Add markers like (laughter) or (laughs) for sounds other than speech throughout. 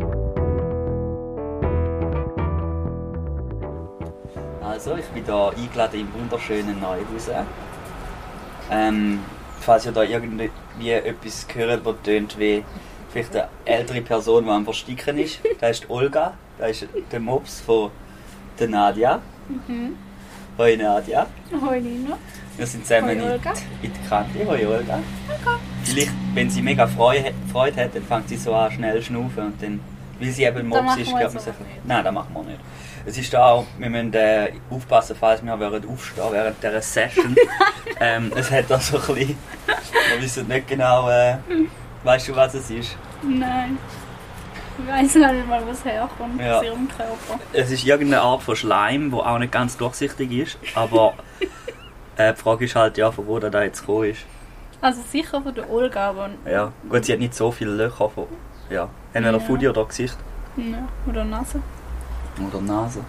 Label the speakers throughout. Speaker 1: Walser. Also, Ich bin hier eingeladen im wunderschönen Neuhausen. Ähm, falls ihr da irgendwie etwas hört, das tönt wie vielleicht eine ältere Person, die am Versticken ist. Da ist die Olga, da ist der Mops von der Nadia.
Speaker 2: Mhm. ne?
Speaker 1: Hoi Nadia.
Speaker 2: Hoi Nina.
Speaker 1: Wir sind zusammen
Speaker 2: Hoi,
Speaker 1: in,
Speaker 2: Olga.
Speaker 1: in die Kante. Hoi Olga. Vielleicht, wenn sie mega Freude, Freude hat, dann fängt sie so an, schnell zu schnaufen und dann, weil sie eben Mops
Speaker 2: Das machen
Speaker 1: ist,
Speaker 2: wir
Speaker 1: glaubt
Speaker 2: jetzt
Speaker 1: man sich...
Speaker 2: aber nicht.
Speaker 1: Nein, das machen wir nicht. Es ist auch, wir müssen äh, aufpassen, falls wir während aufstehen während dieser
Speaker 2: (laughs)
Speaker 1: Session. ähm, es hat auch so ein bisschen... Wir wissen nicht genau, äh, weißt du, was es ist.
Speaker 2: Nein. Ich weiß gar nicht mal, was herkommt
Speaker 1: Ja.
Speaker 2: aus ihrem Körper.
Speaker 1: Es ist irgendeine Art von Schleim, wo auch nicht ganz durchsichtig ist, aber äh, die Frage ist halt ja, von wo der da jetzt gekommen ist.
Speaker 2: Also sicher von der Olga, aber
Speaker 1: Ja. Gut, sie hat nicht so viele Löcher von. Ja. Entweder
Speaker 2: Ja.
Speaker 1: Fudi oder Gesicht.
Speaker 2: ne, oder Nase.
Speaker 1: Oder Nase.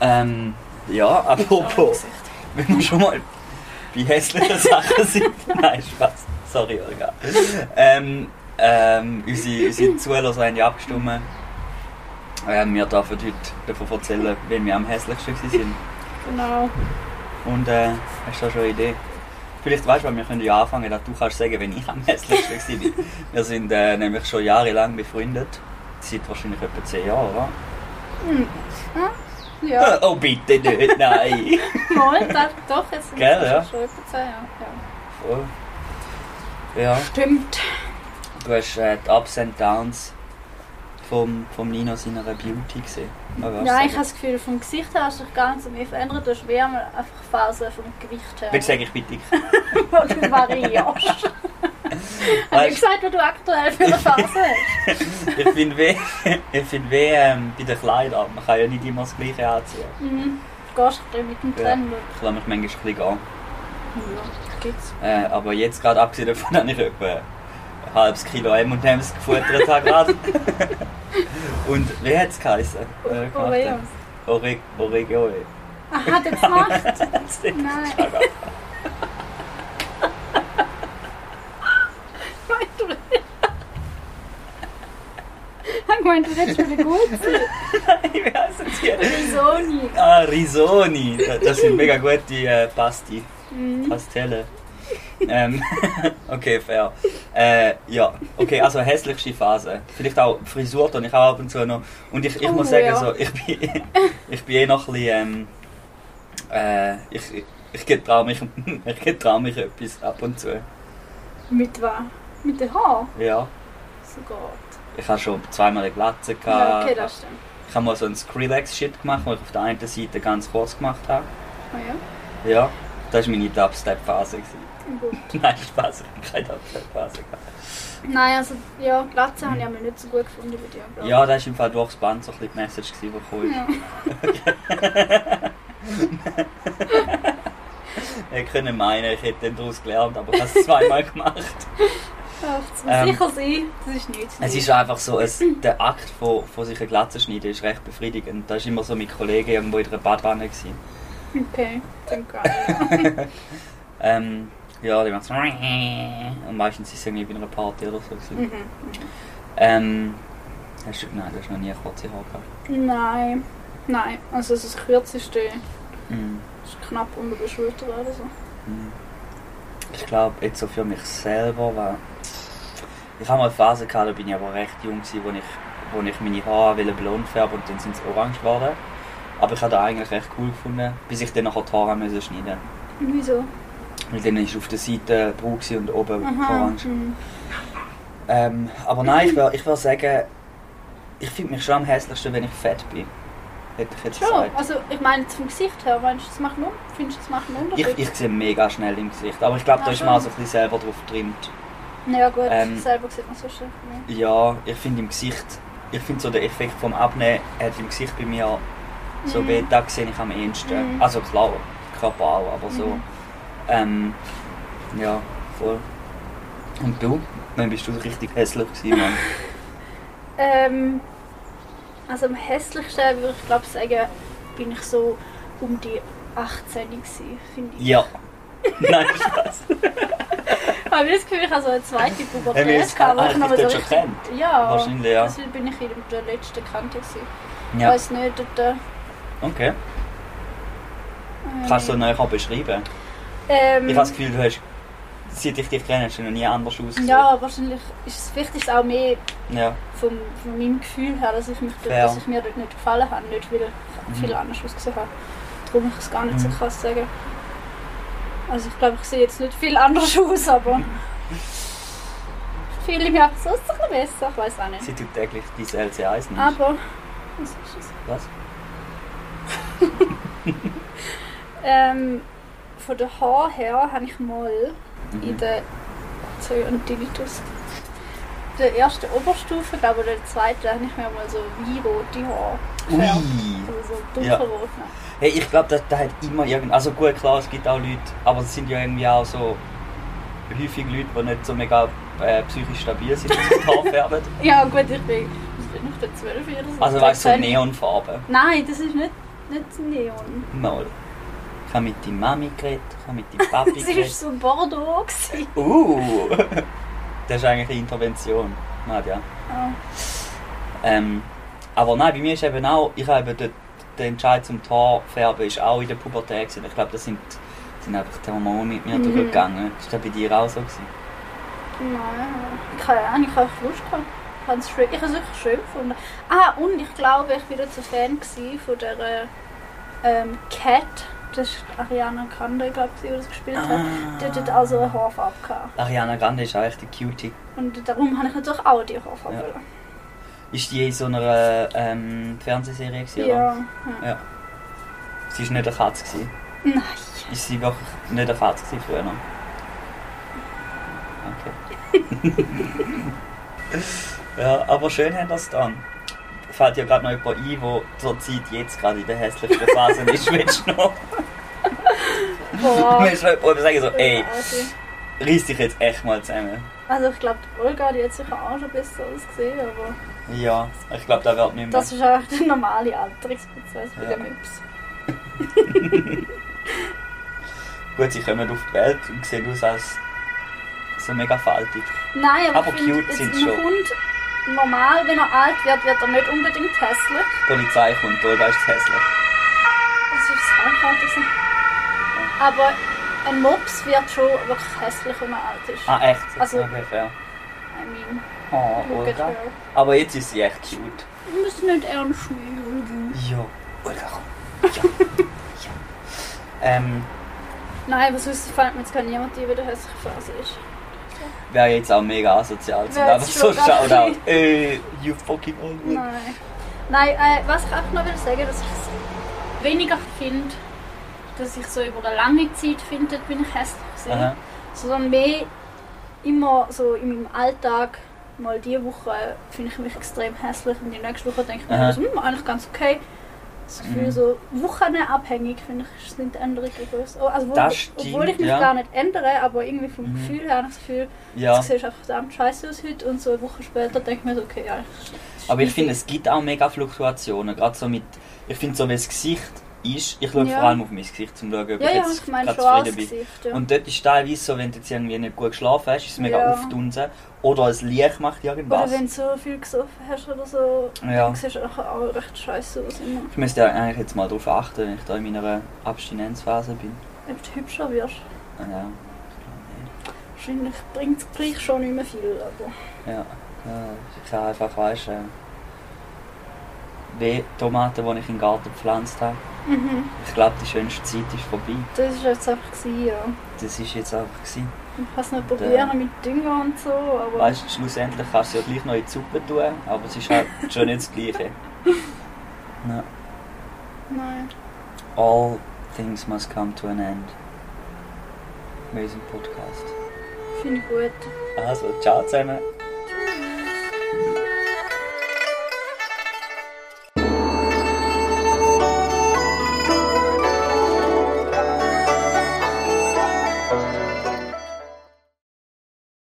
Speaker 1: Ähm, ja,
Speaker 2: (laughs)
Speaker 1: apropos, wenn wir schon mal bei hässlichen Sachen sind. Nein, Spaß. Sorry, Olga. Ähm, ähm, unsere, unsere Zuhörer haben ja abgestimmt. Ähm, wir dürfen heute davon erzählen, wen wir am hässlichsten sind.
Speaker 2: Genau.
Speaker 1: Und äh, hast du da schon eine Idee? Vielleicht weißt du, was, wir können ja anfangen, dass du kannst sagen, wenn ich am hässlichsten bin.
Speaker 2: (laughs)
Speaker 1: Wir sind äh, nämlich schon jahrelang befreundet. Seit wahrscheinlich etwa 10 Jahren, oder?
Speaker 2: Hm. Ja,
Speaker 1: (laughs) Oh, bitte nicht,
Speaker 2: (laughs)
Speaker 1: nein!
Speaker 2: mal, das, doch, jetzt sind
Speaker 1: Gell,
Speaker 2: es
Speaker 1: ja?
Speaker 2: schon etwa 10 Jahre. Ja.
Speaker 1: oh. Ja,
Speaker 2: Stimmt.
Speaker 1: du hast äh, die Ups and Downs vom, vom Nino seiner Beauty gesehen. Aber was
Speaker 2: Ja,
Speaker 1: sag
Speaker 2: ich habe das Gefühl, vom Gesicht her hast du dich gar nicht so viel verändert. Du hast wie einmal einfach Phasen vom Gewicht her. (laughs)
Speaker 1: Willst du sagen, ich bin dick?
Speaker 2: wo du variierst. Habe ich
Speaker 1: Weißt,
Speaker 2: gesagt, was du aktuell
Speaker 1: (laughs)
Speaker 2: für eine Phase hast?
Speaker 1: ich bin weh, (laughs) ich bin weh ähm, bei den Kleidern. Man kann ja nicht immer das Gleiche anziehen.
Speaker 2: Mhm. Du gehst ein bisschen mit dem
Speaker 1: Ja.
Speaker 2: Trend.
Speaker 1: Ich lasse mich manchmal ein bisschen gehen.
Speaker 2: Ja, gibt's.
Speaker 1: Äh, aber jetzt gerade abgesehen davon habe ich etwa ein halbes Kilo M&M's gefuttert habe gerade. Und wie hat es geheißen? Äh, gemacht
Speaker 2: Oreos.
Speaker 1: hat? Ore (laughs) Oregeo.
Speaker 2: Ah,
Speaker 1: (laughs)
Speaker 2: hat jetzt gemacht?
Speaker 1: Hat's nicht
Speaker 2: Nein.
Speaker 1: gesagt.
Speaker 2: Ich meine, du redest wieder gut.
Speaker 1: Wie heißen die?
Speaker 2: Wieso nicht?
Speaker 1: Ah, Risoni. Das- Das sind mega gute äh, Pasti.
Speaker 2: Mhm.
Speaker 1: Pastelle. Ähm, (laughs) okay, fair. Äh, ja, okay, also hässlichste Phase. Vielleicht auch Frisur, dann ich auch ab und zu noch. Und ich, ich muss
Speaker 2: Oh,
Speaker 1: sagen,
Speaker 2: ja.
Speaker 1: so, ich bin, (laughs) ich bin eh noch ein bisschen. Ähm, äh, ich ich, ich getraue mich, (laughs) ich getrau mich etwas ab und zu.
Speaker 2: Mit was? Mit den Haaren?
Speaker 1: Ja.
Speaker 2: So gut.
Speaker 1: Ich habe schon zweimal eine Glatze gehabt.
Speaker 2: Ja, okay, das stimmt.
Speaker 1: ich habe mal so einen Skrillex-Shit gemacht, wo ich auf der einen Seite ganz kurz gemacht habe.
Speaker 2: Ah ja?
Speaker 1: Ja. Das war meine Dubstep-Phase. gewesen. (laughs)
Speaker 2: Gut.
Speaker 1: Nein, Spaß, ich habe keine Dubstep-Phase gehabt.
Speaker 2: Nein, also, ja, Glatze habe ich einmal nicht so gut gefunden bei dir. glaub ich.
Speaker 1: Ja, das war im Fall durchs Band so ein bisschen die Message, die gekommen
Speaker 2: Ja.
Speaker 1: ist. Wir können meinen, ich hätte dann daraus gelernt, aber ich habe es (laughs) zweimal gemacht.
Speaker 2: Ach, das muss
Speaker 1: Ähm,
Speaker 2: sicher sein. Das ist nichts.
Speaker 1: Es ist einfach so, es, der Akt von, von sich eine Glatze schneiden ist recht befriedigend. Da war immer so mit Kollegen irgendwo in einer Badwanne. Gewesen.
Speaker 2: Okay, dann geil.
Speaker 1: Ähm, ja, die machen so (laughs) und meistens ist es irgendwie bei einer Party oder so. Gewesen.
Speaker 2: Mhm.
Speaker 1: Ähm, hast du, nein, du hast noch nie eine kurze Haare gehabt.
Speaker 2: Nein. Nein, also das ist das kürzeste
Speaker 1: Mhm.
Speaker 2: ist knapp unter der Schulter oder so.
Speaker 1: Mhm. Ich glaube, jetzt so für mich selber war. Ich habe mal eine Phase gehabt, da bin ich aber recht jung, gewesen, wo ich, wo ich meine Haare wollte blond färben und dann sind sie orange geworden. Aber ich habe das eigentlich recht cool gefunden, bis ich dann nachher die Haare musste schneiden
Speaker 2: Wieso?
Speaker 1: musste. Weil dann war auf der Seite braun gewesen und oben orange.
Speaker 2: Mhm.
Speaker 1: Ähm, aber nein, ich will, ich will sagen, ich finde mich schon am hässlichsten, wenn ich fett bin. Hätte ich jetzt
Speaker 2: Schon,
Speaker 1: gesagt.
Speaker 2: also ich meine jetzt vom Gesicht her, meinst du, das macht einen Un- findest du, das macht einen
Speaker 1: Ich,
Speaker 2: Unterschied?
Speaker 1: ich sehe mega schnell im Gesicht. Aber ich glaube, da
Speaker 2: Ah,
Speaker 1: ist man auch
Speaker 2: schon.
Speaker 1: so ein bisschen selber drauf getrimmt.
Speaker 2: ja gut,
Speaker 1: ähm,
Speaker 2: selber sieht man so schön. Ja.
Speaker 1: Ja, ich finde im Gesicht, ich finde so der Effekt vom Abnehmen hat im Gesicht bei mir so
Speaker 2: Mhm.
Speaker 1: weh, da sehe ich am ehesten.
Speaker 2: Mhm.
Speaker 1: Also klar, Körper auch, aber so.
Speaker 2: Mhm.
Speaker 1: Ähm, ja, voll. Und du? Wann bist du so richtig hässlich gewesen, Mann?
Speaker 2: (laughs) Ähm, also am hässlichsten würde ich glaube sagen, bin ich so um die 18 gewesen, finde ich.
Speaker 1: ja. Nein, Spaß.
Speaker 2: Aber ich habe das Gefühl, ich habe so
Speaker 1: (laughs)
Speaker 2: eine zweite Pubertät
Speaker 1: Haben wir jetzt-
Speaker 2: gehabt, wo
Speaker 1: ah,
Speaker 2: ich noch mal Also,
Speaker 1: dich
Speaker 2: so
Speaker 1: dort schon
Speaker 2: richtig...
Speaker 1: kennt?
Speaker 2: Ja,
Speaker 1: Wahrscheinlich, ja.
Speaker 2: deswegen bin ich in der letzten Kante gewesen. Ich
Speaker 1: Ja,
Speaker 2: weiß nicht, dort, äh,
Speaker 1: okay. Kannst du es noch beschreiben?
Speaker 2: Ähm,
Speaker 1: Ich habe das Gefühl, du hast, seit ich dich kenne, hast du noch nie anders ausgesehen.
Speaker 2: ja, wahrscheinlich ist es, vielleicht ist es auch mehr
Speaker 1: ja.
Speaker 2: vom, von meinem Gefühl her, dass ich, mich dort,
Speaker 1: Fair.
Speaker 2: dass ich mir dort nicht gefallen habe. Nicht, weil ich viel
Speaker 1: Mhm.
Speaker 2: anders ausgesehen habe. Darum kann ich es gar nicht
Speaker 1: Mhm.
Speaker 2: so krass sagen. Also ich glaube, ich sehe jetzt nicht viel anders (laughs) aus, aber... Viele mir einfach so, es ist doch ein bisschen besser, ich weiß auch nicht.
Speaker 1: Seit du täglich dein LC1 nimmst.
Speaker 2: Aber... Was ist es?
Speaker 1: Was?
Speaker 2: Ähm, von der Haar her habe ich mal...
Speaker 1: Mhm.
Speaker 2: in der sorry, und Tinnitus. Der erste Oberstufe, glaube ich, oder der zweite, da habe ich mir mal so wie rote Haare. gefärbt.
Speaker 1: Ui.
Speaker 2: Also so ne?
Speaker 1: Ja.
Speaker 2: dunkelrot.
Speaker 1: Hey, ich glaube, das, das hat immer irgend... Also gut, klar, es gibt auch Leute, aber es sind ja irgendwie auch so häufig Leute, die nicht so mega äh, psychisch stabil sind, die sich Haar färben.
Speaker 2: (laughs) Ja. ja, gut, ich bin, ich bin auf der 12 oder so.
Speaker 1: Also weißt du, so
Speaker 2: 13.
Speaker 1: Neonfarben.
Speaker 2: Nein, das ist nicht, nicht Neon.
Speaker 1: Mal. Ich habe mit deiner Mami geredet, ich habe mit deinem
Speaker 2: (laughs)
Speaker 1: Papi
Speaker 2: Das war
Speaker 1: geredet.
Speaker 2: so Bordeaux. gewesen.
Speaker 1: Uh! Das ist eigentlich eine Intervention, Nadja.
Speaker 2: Ah,
Speaker 1: Ähm, aber nein, bei mir ist eben auch, ich habe eben den, den Entscheid zum Torfärben ist auch in der Pubertät gewesen. Ich glaube, das sind, sind einfach die Hormone mit mir
Speaker 2: Mhm.
Speaker 1: durchgegangen. Ist das bei dir auch so gewesen?
Speaker 2: Nein, keine Ahnung, ich habe einfach Lust gehabt. Ich habe es schön- ich habe es wirklich schön gefunden. Ah, und ich glaube, ich war zu Fan gewesen von der ähm, Cat. Das ist Ariana Grande, glaube ich, die das gespielt hat. Die hat dort also eine Haarfarbe gehabt.
Speaker 1: Ariana Grande ist auch echt die Cutie.
Speaker 2: Und darum habe ich natürlich auch die Haarfarbe.
Speaker 1: Ja.
Speaker 2: wollen.
Speaker 1: Ist die in so einer ähm, Fernsehserie gewesen?
Speaker 2: ja.
Speaker 1: oder?
Speaker 2: ja.
Speaker 1: Sie war nicht eine Katze. Gewesen.
Speaker 2: Nein.
Speaker 1: (laughs) Ist sie wirklich nicht eine Katze gewesen früher? Okay. (laughs) ja, aber schön haben das dann. Fällt ja gerade noch jemand ein, der zur Zeit jetzt gerade in der hässlichsten Phase ist, (laughs) willst du noch?
Speaker 2: Boah.
Speaker 1: Willst du noch jemandem sagen so, ey,
Speaker 2: Also,
Speaker 1: reiss dich jetzt echt mal zusammen.
Speaker 2: Also ich glaube, die Olga die hat sicher auch schon besser ausgesehen, aber
Speaker 1: Ja, ich glaube, das wird nicht mehr.
Speaker 2: das ist einfach der normale Alterungsprozess bei
Speaker 1: Ja.
Speaker 2: dem Yps.
Speaker 1: Gut, sie kommen auf die Welt und sehen aus als so mega faltig.
Speaker 2: Nein, aber,
Speaker 1: Aber
Speaker 2: ich finde,
Speaker 1: cute
Speaker 2: jetzt
Speaker 1: sind
Speaker 2: ein
Speaker 1: sie schon.
Speaker 2: Hund, normal, wenn er alt wird, wird er nicht unbedingt hässlich.
Speaker 1: Die Polizei kommt, da ist es hässlich.
Speaker 2: Das ist das Einfachste. Aber ein Mops wird schon wirklich hässlich, wenn er alt ist.
Speaker 1: Ah, echt?
Speaker 2: Also-
Speaker 1: okay, fair.
Speaker 2: I mean,
Speaker 1: Oh,
Speaker 2: look at
Speaker 1: Olga.
Speaker 2: her.
Speaker 1: Aber jetzt ist sie echt cute.
Speaker 2: Wir müssen nicht ernst nehmen.
Speaker 1: Ja. Olga, komm. Ja. ja. Ähm,
Speaker 2: Nein, was sonst fällt mir jetzt gar niemand ein, wie der hässliche Phase ist.
Speaker 1: wäre jetzt auch mega asozial zu
Speaker 2: Wär
Speaker 1: aber (laughs)
Speaker 2: jetzt
Speaker 1: so
Speaker 2: schon gar
Speaker 1: Shoutout.
Speaker 2: nicht.
Speaker 1: Ey, you fucking old woman.
Speaker 2: Nein. Nein, äh, was ich auch noch will sagen, dass ich es weniger finde, dass ich so über eine lange Zeit finde, dort bin ich hässlich gewesen.
Speaker 1: Aha.
Speaker 2: sondern mehr immer so in meinem Alltag, mal diese Woche finde ich mich extrem hässlich und die nächste Woche denke ich mir,
Speaker 1: Aha.
Speaker 2: also, hm, eigentlich ganz okay. Das Gefühl,
Speaker 1: Mhm.
Speaker 2: so wochenabhängig finde ich, sind die Änderungen größer. Oh, Also,
Speaker 1: Das
Speaker 2: obwohl,
Speaker 1: stimmt,
Speaker 2: obwohl ich mich
Speaker 1: ja.
Speaker 2: gar nicht ändere, aber irgendwie vom
Speaker 1: Mhm.
Speaker 2: Gefühl her habe ich das Gefühl,
Speaker 1: Ja.
Speaker 2: das sieht einfach verdammt scheiße aus heute und so eine Woche später denke ich mir so, okay, ja. ist-
Speaker 1: Aber ich finde, es gibt auch mega Fluktuationen. Gerade so mit. Ich finde, so wie das Gesicht ist, ich schaue
Speaker 2: Ja.
Speaker 1: vor allem auf mein Gesicht, um zu schauen, ob
Speaker 2: ja,
Speaker 1: ich
Speaker 2: ja,
Speaker 1: jetzt
Speaker 2: ich meine
Speaker 1: gerade
Speaker 2: schon als
Speaker 1: zufrieden bin.
Speaker 2: Gesicht. Ja.
Speaker 1: Und dort ist teilweise so, wenn du jetzt irgendwie nicht gut geschlafen hast, ist es mega
Speaker 2: Ja.
Speaker 1: aufdunsen. Oder es Licht macht irgendwas.
Speaker 2: Oder wenn du so viel gesoffen hast oder so,
Speaker 1: Ja.
Speaker 2: dann siehst du auch, auch recht scheiße aus. Immer.
Speaker 1: Ich müsste ja eigentlich jetzt mal darauf achten, wenn ich da in meiner Abstinenzphase bin.
Speaker 2: Ob du hübscher wirst.
Speaker 1: Ah, Ja,
Speaker 2: Wahrscheinlich bringt es gleich schon nicht mehr viel, also. aber...
Speaker 1: ja. ja ich kann einfach, weißt du, wie Tomaten, die ich im Garten gepflanzt habe.
Speaker 2: Mhm.
Speaker 1: Ich glaube, die schönste Zeit ist vorbei.
Speaker 2: Das war jetzt einfach, gewesen, ja.
Speaker 1: Das ist jetzt einfach gewesen.
Speaker 2: Ich kann es nicht probieren mit Dünger und so, aber...
Speaker 1: Weißt du, schlussendlich kannst du ja gleich noch in die Suppe tun, aber es ist
Speaker 2: (laughs)
Speaker 1: halt schon nicht das Gleiche. Ja.
Speaker 2: Nein.
Speaker 1: All things must come to an end. Amazing Podcast.
Speaker 2: Finde ich gut.
Speaker 1: 啊 Also, ciao zusammen.
Speaker 2: Tschüss.